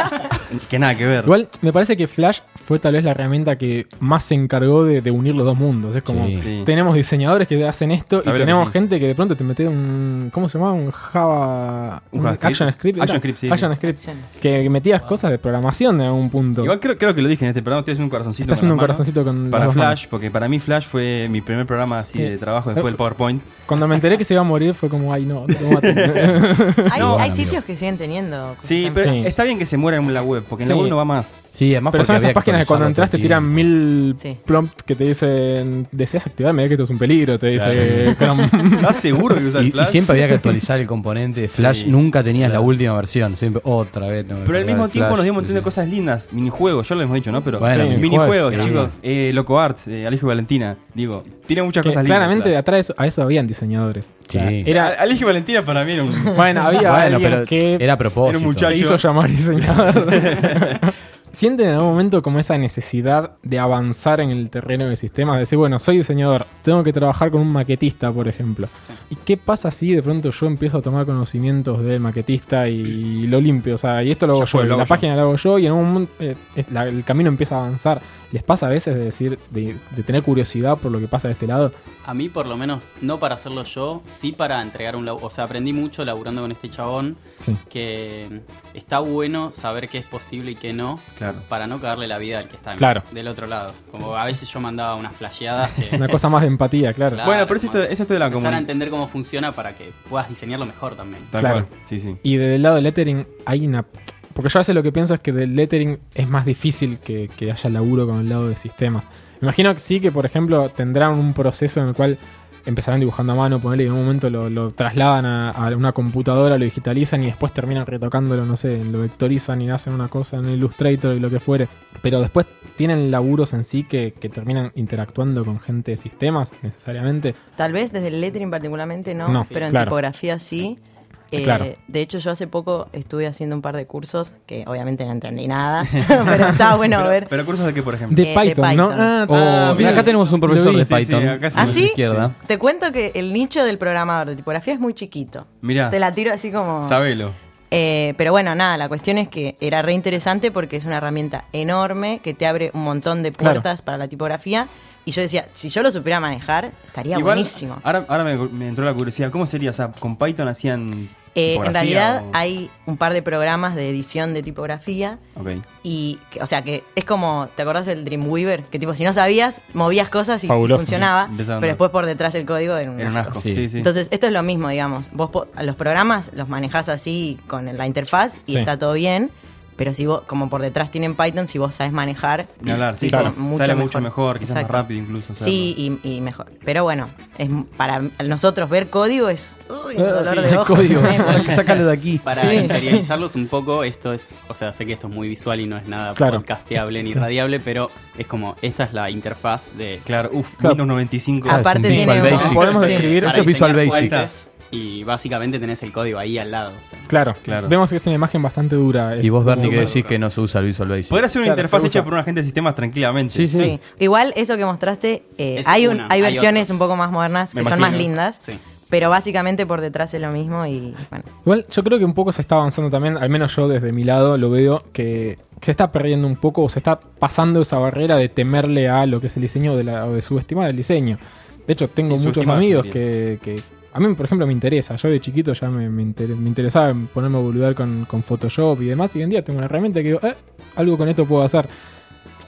que nada que ver. Igual me parece que Flash fue tal vez la herramienta que más se encargó de, de unir los dos mundos. Es como Sí. Sí. tenemos diseñadores que hacen esto Sabés y lo que tenemos sí. gente que de pronto te mete un. ¿Cómo se llamaba? Un Java. Un un JavaScript. Action Script. ¿era? Action Script, sí. Action Script. Que metías cosas de programación en algún punto. Igual creo, creo que lo dije en este programa, estoy haciendo un corazoncito. Estás con haciendo un la mano. corazoncito con. Para las dos manos. Flash, porque para mí Flash fue mi primer programa así Sí. Eh, de trabajo después del PowerPoint. Cuando me enteré que se iba a morir fue como, ay no, no Hay, Igual, hay amigo. sitios que siguen teniendo. cosas Sí, en- pero Sí. está bien que se muera en la web, porque en la Sí. web no va más. Sí, además Pero porque son esas había páginas que cuando entras actualizarlo te todo el tiran mil Sí. prompts que te dicen, deseas activar, me que esto es un peligro, te dice Chrome. ¿Estás seguro que usar tiempo. Y- Y, Flash? siempre había que actualizar el componente. Flash Sí, nunca tenías claro. la última versión. Siempre otra vez. tengo que Pero al cargar mismo el tiempo Flash. nos dio un montón de Sí. cosas lindas. Minijuegos, ya lo hemos dicho, ¿no? Pero Bueno, Sí, minijuegos, minijuegos, chicos. Eh, Loco Arts, eh, Alejo y Valentina. Digo, tiene muchas Que cosas lindas. claramente de Flash. atrás a eso habían diseñadores. Sí. Era... Era, Alejo y Valentina para mí era un... bueno, había Bueno, alguien pero que era a propósito. Era un muchacho. se hizo llamar diseñador. ¿Sienten en algún momento como esa necesidad de avanzar en el terreno del sistema? De decir, bueno, soy diseñador, tengo que trabajar con un maquetista, por ejemplo. Sí. ¿Y qué pasa si de pronto yo empiezo a tomar conocimientos del maquetista y lo limpio? O sea, y esto lo hago Ya fue, yo, y lo hago la yo. página la hago yo y en un momento eh, es la- el camino empieza a avanzar. ¿Les pasa a veces de decir, de, de tener curiosidad por lo que pasa de este lado? A mí, por lo menos, no para hacerlo yo, sí para entregar un laburo. O sea, aprendí mucho laburando con este chabón Sí. que está bueno saber qué es posible y qué no Claro. para no cagarle la vida al que está en- Claro. del otro lado. Como a veces yo mandaba unas flasheadas que... Una cosa más de empatía, claro. Claro, Bueno, pero eso como es esto de Empezar la a comunidad. entender cómo funciona para que puedas diseñarlo mejor también. Tal Claro. cual. Sí, sí. Y del lado del lettering hay una Porque yo a veces lo que pienso es que del lettering es más difícil que, que haya laburo con el lado de sistemas. Me imagino que sí que, por ejemplo, tendrán un proceso en el cual empezarán dibujando a mano, ponerle y en un momento lo, lo trasladan a, a una computadora, lo digitalizan y después terminan retocándolo, no sé, lo vectorizan y hacen una cosa en Illustrator y lo que fuere. Pero después tienen laburos en sí que, que terminan interactuando con gente de sistemas, necesariamente. Tal vez desde el lettering particularmente no, No, pero en claro. tipografía sí. Eh, Claro. De hecho, yo hace poco estuve haciendo un par de cursos que obviamente no entendí nada, pero estaba Ah, bueno pero, ver. pero cursos de qué, por ejemplo. De Eh, de Python, ¿no? Python. Ah, Oh, ah, bien. acá tenemos un profesor Lo vi, de sí, sí, Pythn. acá sí. a ¿Ah, nuestra sí? izquierda. Te cuento que el nicho del programador de tipografía es muy chiquito. Mirá, Te la tiro así como... sabelo. Eh, pero bueno, nada, la cuestión es que era re interesante porque es una herramienta enorme que te abre un montón de Claro. puertas para la tipografía. Y yo decía, si yo lo supiera manejar, estaría Igual, buenísimo. Ahora, ahora me, me entró la curiosidad. ¿Cómo sería? O sea, ¿con Python hacían Eh, en tipografía realidad o- hay un par de programas de edición de tipografía Ok. y, que- o sea, que es como, ¿te acordás del Dreamweaver? Que tipo, si no sabías, movías cosas y Fabuloso. funcionaba, Empezaron pero a- después por detrás el código era un Era un asco. asco. Sí. Sí, sí. Entonces, esto es lo mismo, digamos. Vos po- a los programas los manejás así con la interfaz y Sí. está todo bien. Pero si vos, como por detrás tienen Python, si vos sabes manejar, Ni hablar, sí, son sale- sale mucho mejor, quizás más Exacto. rápido incluso. Sí, y, y mejor. Pero bueno, es m- para nosotros ver código es. Uy, un dolor de ojo. código. tremendo. Sácalo de aquí. Para Sí. interiorizarlos un poco, esto es, o sea, sé que esto es muy visual y no es nada Claro. podcasteable ni radiable, pero es como, esta es la interfaz de... Claro, uff, Claro. Windows 95. Ah, Aparte, sí. tiene Visual un- Basic. Podemos sí. describir- para eso es Visual diseñar Basic. fuentes Y básicamente tenés el código ahí al lado. o sea. Claro, Claro. Vemos que es una imagen bastante dura. este Y es vos, Bernie, súper- que decís que no se usa el Visual Basic. Podría ser una Claro, interfaz se usa. hecha por un agente de sistemas tranquilamente. Sí, sí. Sí. Igual eso que mostraste, eh, Es hay, un, una, hay hay versiones otras. un poco más modernas que Me son imagino. más lindas, Sí. pero básicamente por detrás es lo mismo y bueno. Igual yo creo que un poco se está avanzando también, al menos yo desde mi lado lo veo, que se está perdiendo un poco o se está pasando esa barrera de temerle a lo que es el diseño de la, o de subestimar el diseño. De hecho, tengo Sí, muchos subestimar amigos sería. que, que- A mí, por ejemplo, me interesa. Yo de chiquito ya me, me inter- me interesaba en ponerme a boludear con, con Photoshop y demás. Y hoy en día tengo una herramienta que digo, "Eh, algo con esto puedo hacer.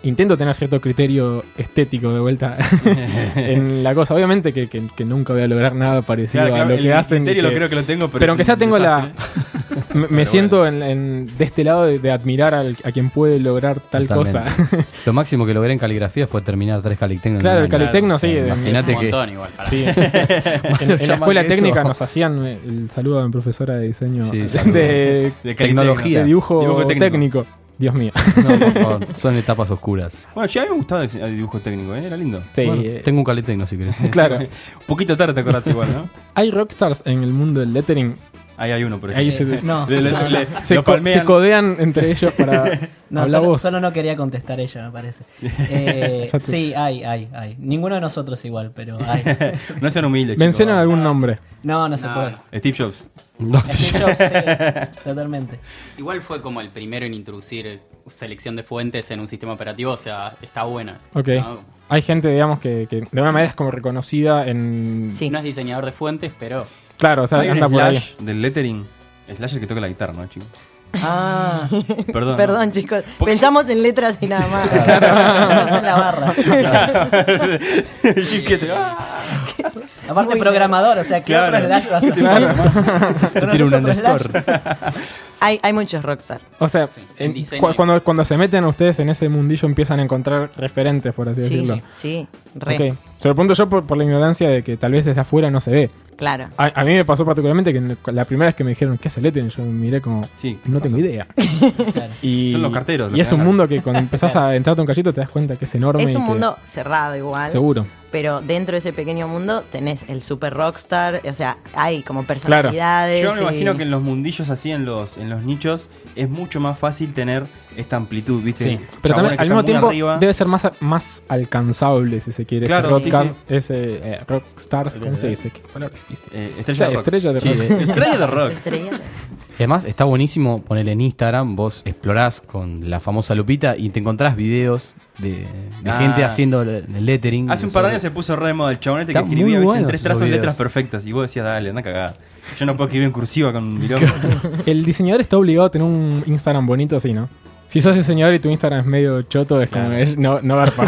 Intento tener cierto criterio estético de vuelta en la cosa. Obviamente que, que- que nunca voy a lograr nada parecido Claro, claro, a lo que el hacen. criterio que- lo creo que lo tengo, pero. pero es aunque un sea tengo la. desastre. ¿eh? Me, me bueno. siento en- en- de este lado de, de admirar al- a quien puede lograr tal Totalmente. cosa. Lo máximo que logré en caligrafía fue terminar tres Calictecnos. en claro, un el año. Calitecno, O sea, sí. de- Es un Imagínate que. montón igual. para- sí. en, en la llaman escuela eso. técnica nos hacían eh, el saludo a mi profesora de diseño Sí, de, De Calitecno. Tecnología. de dibujo, Dibujo técnico. técnico. Dios mío. No, por favor, son etapas oscuras. Bueno, che, a mí me gustaba el el dibujo técnico, ¿eh? era lindo. Sí, Bueno, eh, tengo un Calictecno si querés. claro. Un poquito tarde te acordaste igual, ¿no? Hay rockstars en el mundo del lettering. Ahí hay uno, por ejemplo. Ahí se, no. Le- le- le- se lo co- palmean. se codean entre ellos para. No, Habla solo, vos. solo no quería contestar ella, me parece. Eh, Ya te- sí, hay, hay, hay. Ninguno de nosotros igual, pero hay. no sean humildes. chicos. Mencionan algún nombre. No, no se No, puede. no. Steve Jobs. No, Steve Jobs, sí, totalmente. Igual fue como el primero en introducir selección de fuentes en un sistema operativo, o sea, está bueno eso. Ok. Ah. ¿no? Hay gente, digamos, que, que de alguna manera es como reconocida en. Sí. No es diseñador de fuentes, pero Claro, o sea, Hay un anda por ahí. slash del lettering. Slash el que toca la guitarra, ¿no, chicos? Ah, Perdón. ¿no? Perdón, chicos. Pensamos en letras y nada más. yo no sé la barra. el chip 7. ah. Aparte programador, o sea, ¿qué Claro. otro slash vas a hacer? ¿Conoces Tiene un otro slash? underscore. Hay, hay muchos rockstar. O sea, Sí, en- diseño. cu- cuando, cuando se meten ustedes en ese mundillo empiezan a encontrar referentes, por así Sí, decirlo. sí, re, Ok. Se lo pregunto yo por, por la ignorancia de que tal vez desde afuera no se ve. claro. A, a mí me pasó particularmente que en- la primera vez que me dijeron, ¿qué es el lettering? Yo miré como, Sí, ¿qué no pasa? tengo idea. Claro. Y, Son los carteros los Y que es un ganan. mundo que cuando empezás a entrar a un cachito te das cuenta que es enorme. y Es un que- mundo cerrado igual. Seguro. Pero dentro de ese pequeño mundo tenés el super rockstar, o sea, hay como personalidades. Yo me y- imagino que en los mundillos así, en los, en los nichos, es mucho más fácil tener esta amplitud, ¿viste? Sí. Chabones Pero que también al están mismo muy tiempo arriba. debe ser más, más alcanzable, si se quiere. Claro, ese sí, rockcar- sí. ese, eh, rockstars, ¿cómo se dice? ¿Qué palabra difícil? Eh, O estrella sea, de rock. estrella de Sí, rock. eh. Estrella de rock. Estrella. Y Además, está buenísimo ponerle en Instagram, vos explorás con la famosa lupita y te encontrás videos de, de Ah. gente haciendo el- el lettering. Hace un par de años Sobre- se puso re de moda el chabonete Está que escribía muy ¿viste? en buenos tres esos trazos videos. letras perfectas. Y vos decías, dale, anda a cagar. Yo no puedo escribir en cursiva con un milongo. El diseñador está obligado a tener un Instagram bonito así, ¿no? Si sos diseñador y tu Instagram es medio choto, es como, Claro. es- no, no garpa.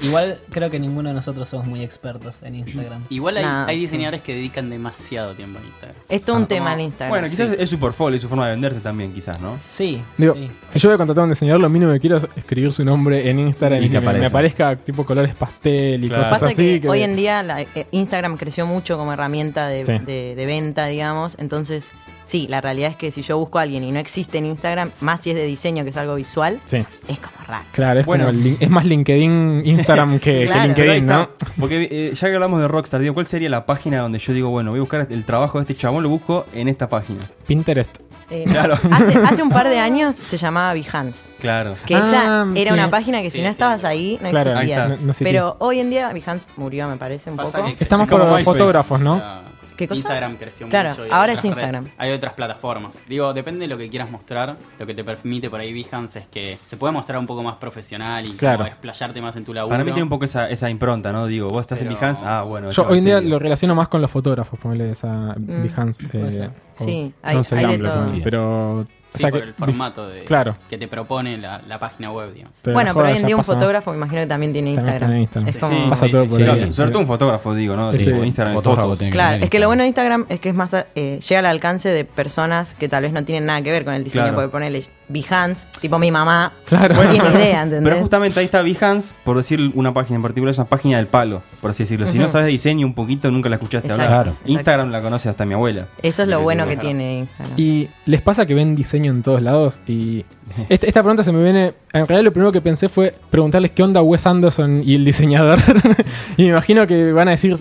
Igual creo que ninguno de nosotros somos muy expertos en Instagram. Igual hay, Nah, hay sí. diseñadores que dedican demasiado tiempo a Instagram. Es todo un Como- tema en Instagram. Ah, Bueno, quizás es su portfolio y su forma de venderse también, quizás, ¿no? Sí, Digo, sí. si yo voy a contratar a un diseñador, lo mínimo que quiero es escribir su nombre en Instagram Y y, que que me, me aparezca. aparezca tipo colores pastel y Claro. cosas Pasa así. que, hoy en día la- eh, Instagram creció mucho como herramienta de, Sí. de- de venta, digamos. Entonces, sí, la realidad es que si yo busco a alguien y no existe en Instagram, más si es de diseño, que es algo visual, Sí, es como raro. claro, es, Bueno. como el lin- es más LinkedIn, Instagram que, que Claro. Pero ahí LinkedIn, Eh, ¿no? está, Porque eh, ya que hablamos de Rockstar, digo, ¿cuál sería la página donde yo digo, bueno, voy a buscar el trabajo de este chabón, lo busco en esta página? Pinterest. Eh, Claro. hace, hace un par de años se llamaba Behance. Claro. Que Ah, esa era sí. una página que Sí, si no sí. estabas ahí, no Claro, ahí existías. está. No- no existía. Pero hoy en día Behance murió, me parece, un Pasa poco. que Estamos creció por mucho, fotógrafos, ¿no? o sea, ¿Qué cosa? Instagram creció Claro, mucho. y ahora otras es Instagram. redes- Hay otras plataformas. Digo, depende de lo que quieras mostrar. Lo que te permite por ahí Behance es que se puede mostrar un poco más profesional y como Claro. desplayarte más en tu laburo. Para mí tiene un poco esa, esa impronta, ¿no? Digo, vos estás en Pero- Behance, ah, bueno. Yo este va hoy en día serio. lo relaciono más con los fotógrafos, ponerle esa Behance. eh, ser. o- Mm, Sí, yo hay- no soy hay de Tumblr, todo. sí, Pero. Sí, o sea por que- el formato de, Claro. que te propone la, la página web, digamos. pero bueno, pero joda, hoy en ya día un pasa- fotógrafo me imagino que también tiene También Instagram. tiene Instagram. Es Sí, Mm, como- Pasa Sí, todo sí, por sí. ahí. Claro, sobre todo un fotógrafo, digo, ¿no? Sí, Tipo, sí. Instagram, Fotógrafo fotos. tiene Claro, tener es que lo bueno Instagram. de Instagram es que es más eh, llega al alcance de personas que tal vez no tienen nada que ver con el diseño, Claro. porque ponele Behance, tipo mi mamá, Claro. no tiene idea, ¿entendés? Pero justamente ahí está Behance, por decir una página en particular, es una página del palo, por así decirlo. Si no Ujú. sabes de diseño un poquito, nunca la escuchaste Exacto, hablar. Claro. Instagram la conoce hasta mi abuela. Eso es lo Sí, bueno sí, que sí. tiene Instagram. Y les pasa que ven diseño en todos lados y esta, esta pregunta se me viene, en realidad lo primero que pensé fue preguntarles qué onda Wes Anderson y el diseñador. y me imagino que van a decir,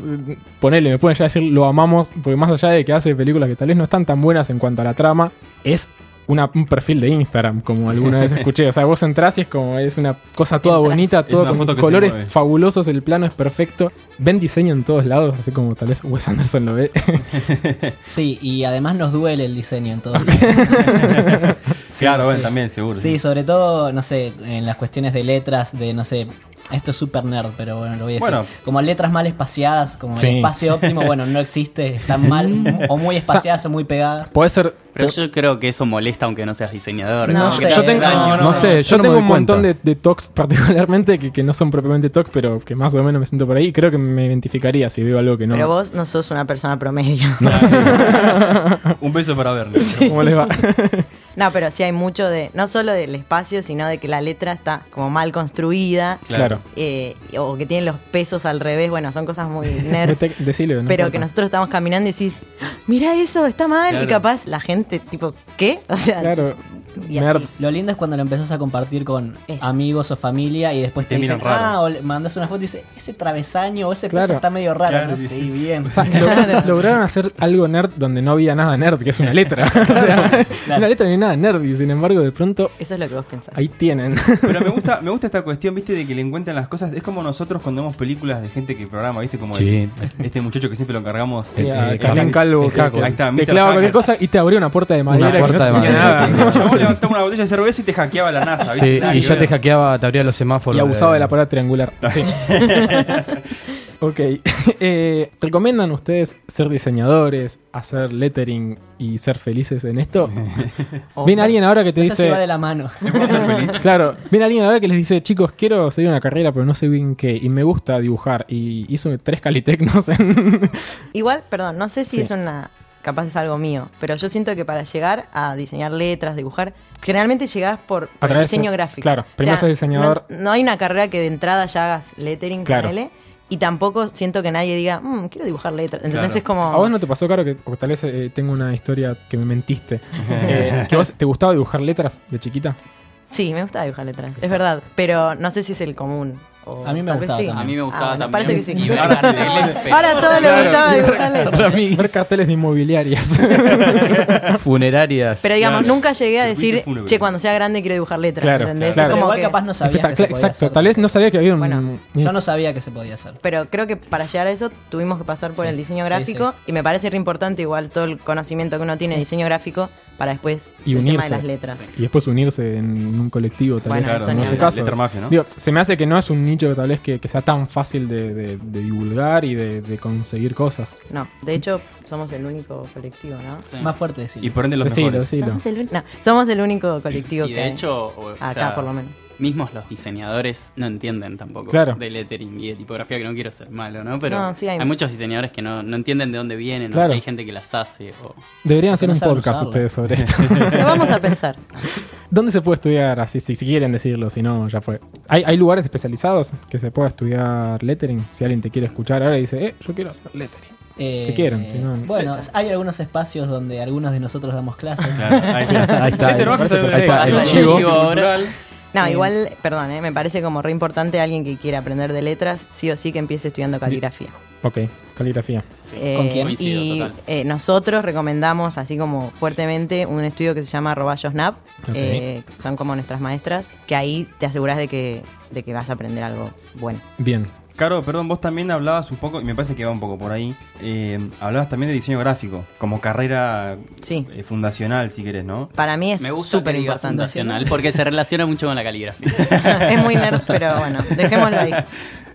ponele, me pueden ya decir lo amamos, porque más allá de que hace películas que tal vez no están tan buenas en cuanto a la trama, es una- un perfil de Instagram, como alguna vez escuché. O sea, vos entrás y es como, es una cosa toda Entrás. bonita, Es todo una con foto que se colores mueve. fabulosos, el plano es perfecto. Ven diseño en todos lados, así como tal vez Wes Anderson lo ve. Sí, y además nos duele el diseño en todo. claro, bueno, también, seguro. sí, sobre todo, no sé, en las cuestiones de letras, de no sé. Esto es super nerd, pero bueno, lo voy a decir. Bueno. como letras mal espaciadas, como Sí. Mm. el espacio óptimo, bueno, no existe, están mal, o muy espaciadas o muy pegadas. Puede ser... Pero yo creo que eso molesta aunque no seas diseñador. como No sé. que te Yo hace tengo, daño. no, no, sé, no, yo yo no me tengo doy un montón de, cuenta. de talks particularmente que, que no son propiamente talks, pero que más o menos me siento por ahí. Y creo que me identificaría si veo algo que no. Pero vos no sos una persona promedio. No, sí. un beso para verlo. ¿Cómo les va? No, pero sí hay mucho de, no solo del espacio, sino de que la letra está como mal construida, claro. eh, o que tiene los pesos al revés, bueno, son cosas muy nerds. Dete- Decile, no pero importa. que nosotros estamos caminando y decís, "Ah, mira eso, está mal, Claro. y capaz la gente, tipo, ¿qué? O sea, Claro, y nerd. así. Lo lindo es cuando lo empezás a compartir con Eso. amigos o familia y después te, Te miran dicen, raro. ah, o le mandas una foto y dices, ese travesaño o ese Claro. peso está medio raro. Claro, ¿no? sí, Sí, sí, sí. bien. Lograr- lograron hacer algo nerd donde no había nada nerd, que es una letra. O sea, una letra no hay nada nerd y sin embargo de pronto Eso es lo que vos pensás. ahí tienen. Pero me gusta, me gusta esta cuestión, viste, de que le encuentran las cosas. Es como nosotros cuando vemos películas de gente que programa, viste, como Sí. el- este muchacho que siempre lo cargamos. Eh, Ya, eh, Carlín Carlín Calvo, el Jaco. Ahí está, te Mr. clava cualquier Hacker. cosa y te abrió una puerta de madera. que puerta no de tenía madera. nada. El chabón levantaba una botella de cerveza y te hackeaba la NASA, ¿viste? Ah. Sí, Nada y que ya te ver. hackeaba, te abría los semáforos. Y abusaba de la eh, palabra triangular. Sí. ok. Eh, ¿Recomiendan ustedes ser diseñadores, hacer lettering y ser felices en esto? Viene alguien ahora que te Eso se va de dice. la mano. Claro, viene alguien ahora que les dice, chicos, quiero seguir una carrera, pero no sé bien qué, y me gusta dibujar. Y hizo tres calitecnos en. Igual, perdón, no sé si Sí. es una. Capaz es algo mío, pero yo siento que para llegar a diseñar letras, dibujar, generalmente llegás por, por el través de- diseño gráfico. eh, claro, primero sos diseñador. No, no hay una carrera que de entrada ya hagas lettering, Claro. ponele, y tampoco siento que nadie diga, "Mm, quiero dibujar letras. Entonces Claro. es como. ¿A vos no te pasó, Caro, que o tal vez eh, tengo una historia que me mentiste? Eh, ¿Que vos te gustaba dibujar letras de chiquita? Sí, me gusta dibujar letras, es verdad, pero no sé si es el común. o A mí me tal vez gustaba sí. también. A mí me gustaba Ah, también. bueno, Parece que sí. Y ver carteles, pero- Ahora todo le gustaba dibujar letras. Ver carteles de inmobiliarias. Funerarias. Pero digamos, Claro. nunca llegué a Te fuiste decir, fúnebre. che, cuando sea grande quiero dibujar letras, Claro, ¿entendés? claro. Es como Igual que- capaz no sabías que Espectac- se podía Exacto, hacer. tal vez no Mm. sabía que había un. Bueno, Yo no sabía que se podía hacer. Pero creo que para llegar a eso tuvimos que pasar por Sí, el diseño sí, gráfico y me parece re importante igual todo el conocimiento que uno tiene de diseño gráfico para después Y el tema unirse. de las letras. Y después unirse en un colectivo, tal Bueno, vez. Claro, eso en ni ese hablar. caso. Letter Mafia, ¿no? Digo, se me hace que no es un nicho tal vez que, que sea tan fácil de, de- de divulgar y de, de conseguir cosas. No, de hecho somos el único colectivo, ¿no? Sí. Más fuerte decirlo. Y por ende los Decilo, mejores. decilo. Somos el, un- no, somos el único colectivo Y que de hecho, o- o acá sea, por lo menos. mismos los diseñadores no entienden tampoco Claro. de lettering y de tipografía, que no quiero ser malo, ¿no? Pero No, sí, hay- hay... muchos diseñadores que no, no entienden de dónde vienen, Claro. o si hay gente que las hace. O... Deberían hacer no un saben podcast usarlo. ustedes sobre esto. Lo vamos a pensar. ¿Dónde se puede estudiar? Así, si, si quieren decirlo, si no, ya fue. ¿Hay, hay lugares especializados que se pueda estudiar lettering. Si alguien te quiere escuchar ahora y dice, eh, yo quiero hacer lettering. Eh, Si quieren, si no, no. Bueno, hay algunos espacios donde algunos de nosotros damos clases. Claro, ahí está. Ahí está. Este me rojo parece está- perfecto. Pasa El el chivo. chivo ahora. No, Eh, igual, perdón, eh, me parece como re importante alguien que quiera aprender de letras, sí o sí que empiece estudiando caligrafía. Ok, caligrafía. Sí. Eh, ¿Con quién? Coincido, Y total. eh, nosotros recomendamos, así como fuertemente, un estudio que se llama Roballos Nap. Ok. eh, son como nuestras maestras, que ahí te aseguras de que, de que vas a aprender algo bueno. Bien. Caro, perdón, vos también hablabas un poco, y me parece que va un poco por ahí, eh, hablabas también de diseño gráfico, como carrera Sí. eh, fundacional, si querés, ¿no? Para mí es Me gusta súper que diga importante. fundacional porque se relaciona mucho con la caligrafía. es muy nerd, pero bueno, dejémoslo ahí.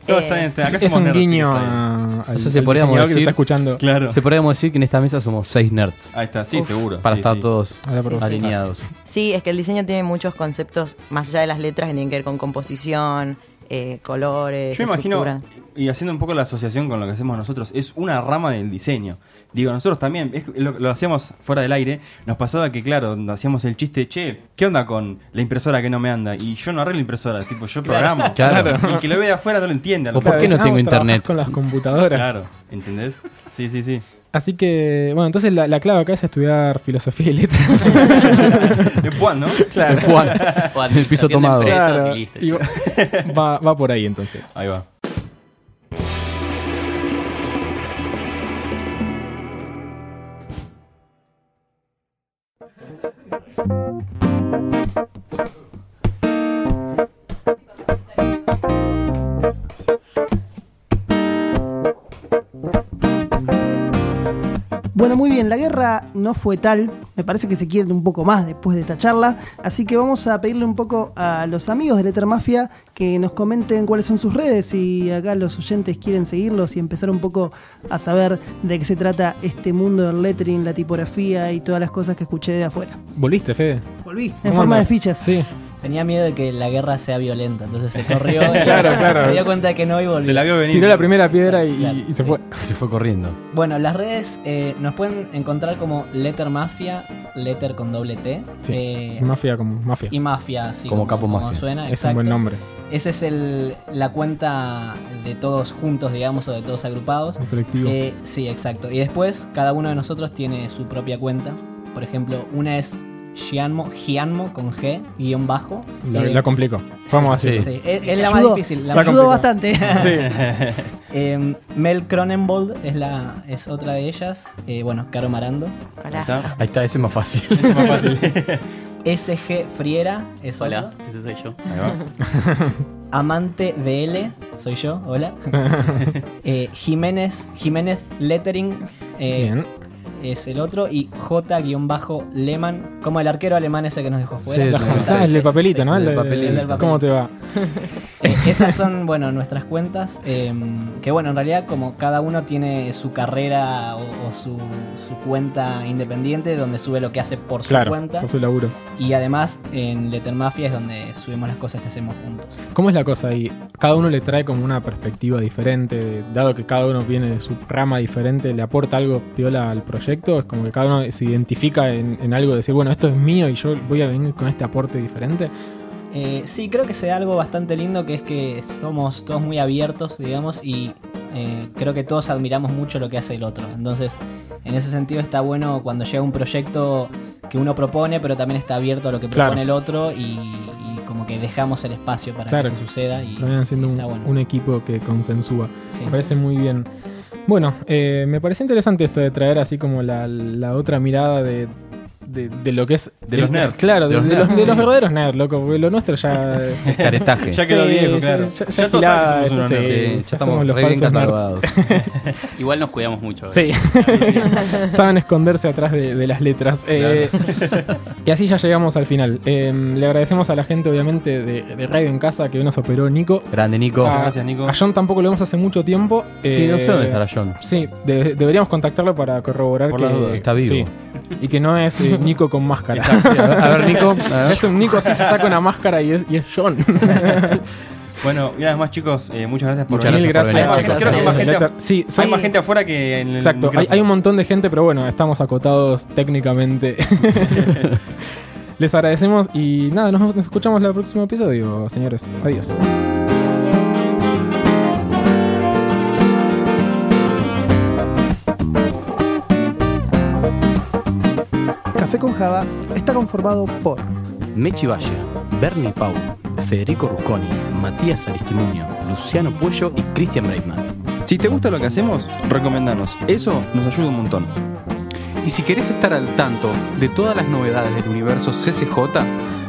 Todo Eh, está bien, acá Es somos un nerds, sí, guiño está bien. a, al- Eso se al podríamos diseñador que te decir. está escuchando. Claro. Se podríamos decir que en esta mesa somos seis nerds. Ahí está, sí, Uf, seguro. Para sí, estar sí. todos Ahora por favor. alineados. Sí, es que el diseño tiene muchos conceptos más allá de las letras que tienen que ver con composición, eh, colores. Yo me imagino, estructura. y haciendo un poco la asociación con lo que hacemos nosotros, es una rama del diseño. Digo, nosotros también, es lo, lo hacíamos fuera del aire, nos pasaba que, claro, hacíamos el chiste, che, ¿qué onda con la impresora que no me anda? Y yo no arreglo impresora, tipo, yo programo. Claro. Y el que lo ve de afuera no lo entiende. a lo O por mejor. qué no Ah, tengo vos trabajás internet? Con las computadoras. Claro, ¿entendés? Sí, sí, sí. Así que, bueno, entonces la, la clave acá es estudiar filosofía y letras. De Puan, ¿no? Claro. O En el piso administración de tomado. empresas y Claro. listo, Y chao. va, va por ahí entonces. Ahí va. Bueno, muy bien, la guerra no fue tal, me parece que se quiere un poco más después de esta charla, así que vamos a pedirle un poco a los amigos de Letter Mafia que nos comenten cuáles son sus redes, si acá los oyentes quieren seguirlos y empezar un poco a saber de qué se trata este mundo del lettering, la tipografía y todas las cosas que escuché de afuera. ¿Volviste, Fede? Volví, en ¿Cómo forma de andás? fichas. Sí. Tenía miedo de que la guerra sea violenta, entonces se corrió. y Claro, claro. Se dio cuenta de que no y volvió. Se la vio venir. Tiró la primera piedra y, Claro, y se sí. fue. Se fue corriendo. Bueno, las redes eh, nos pueden encontrar como Letter Mafia, Letter con doble T. Sí. eh, mafia como mafia. y Mafia, así Como Capo Mafia. suena. Es un buen exacto. nombre. Esa es el, la cuenta de todos juntos, digamos, o de todos agrupados. Un colectivo. Eh, sí, exacto. Y después, cada uno de nosotros tiene su propia cuenta. Por ejemplo, una es Gianmo, Gianmo con G, guión bajo. la, Eh, la complicó. Vamos así. sí, Es, es la Ayudó, más difícil. La me más ayudó complicada. bastante. Eh, Mel Cronenbold es, la, es otra de ellas. Eh, bueno, Caro Marando. Hola. Está. Ahí está, ese es más fácil. SG Friera es Hola, otra. ese soy yo. Ahí va. Amante de L, soy yo, hola. Eh, Jiménez, Jiménez Lettering eh, Bien. es el otro. Y J-Lehman, como el arquero alemán ese que nos dejó fuera. Sí, La sí, juntás, sí, el del papelito, ¿no? El El del de- papelito. El del papelito. ¿Cómo te va? Eh, esas son, bueno, nuestras cuentas. eh, que bueno, en realidad, como cada uno tiene su carrera o, o su, su cuenta independiente, donde sube lo que hace por su Claro, cuenta. con su laburo. Y además, en Letter Mafia es donde subimos las cosas que hacemos juntos. ¿Cómo es la cosa ahí? Cada uno le trae como una perspectiva diferente, dado que cada uno viene de su rama diferente, le aporta algo piola al proyecto, es como que cada uno se identifica en, en algo, decir, bueno, esto es mío y yo voy a venir con este aporte diferente. Eh, sí, creo que se da algo bastante lindo, que es que somos todos muy abiertos, digamos, y eh, creo que todos admiramos mucho lo que hace el otro. Entonces, en ese sentido está bueno cuando llega un proyecto que uno propone, pero también está abierto a lo que Claro. propone el otro y, y como que dejamos el espacio para Claro. que eso suceda y Terminan siendo un, está bueno. un equipo que consensúa. Sí. Me parece muy bien. Bueno, eh, me parece interesante esto de traer así como la, la otra mirada de, de- de lo que es... De los nerds. Claro, de, De los de los, nerds, de los sí. verdaderos nerds, loco, porque lo nuestro ya... Es caretaje. Ya quedó Sí, viejo, ya- claro. ya- ya todos saben gilada, que somos unos este, sí. ya nerds. Sí, ya somos estamos los re bien falsos nerds. catalogados. Igual nos cuidamos mucho. ¿eh? Sí. Saben esconderse atrás de, de las letras. Eh, y así ya llegamos al final. Eh, le agradecemos a la gente, obviamente, de, de Radio en Casa que hoy nos operó Nico. Grande, Nico. A- gracias, Nico. A John tampoco lo vemos hace mucho tiempo. Sí, no Ah, Eh, sé dónde estará John. Sí, de- deberíamos contactarlo para corroborar Por que las dudas. Está vivo. sí. y que no es eh, Nico con máscara. Exacto. A ver, Nico. a ver. Es un Nico así se saca una máscara y es, y es John. Bueno, y una vez más, chicos, eh, muchas gracias por Muchas venir. gracias por Hay más- venir. Creo que hay más gente, af- Sí, hay soy- más gente afuera que en el. Exacto, hay, micrófono. hay un montón de gente, pero bueno, estamos acotados técnicamente. Les agradecemos y nada, nos, nos escuchamos en el próximo episodio, señores. Adiós. Café con Java está conformado por Mechi Valle, Bernie Pau, Federico Rusconi, Matías Aristimuño, Luciano Puello y Cristian Breitman. Si te gusta lo que hacemos, recomendanos. Eso nos ayuda un montón. Y si querés estar al tanto de todas las novedades del universo CCJ,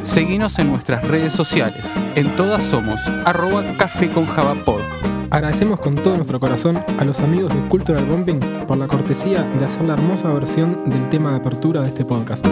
seguinos en nuestras redes sociales. En todas somos arroba café con Java Pod. Agradecemos con todo nuestro corazón a los amigos de Cultural Bumping por la cortesía de hacer la hermosa versión del tema de apertura de este podcast.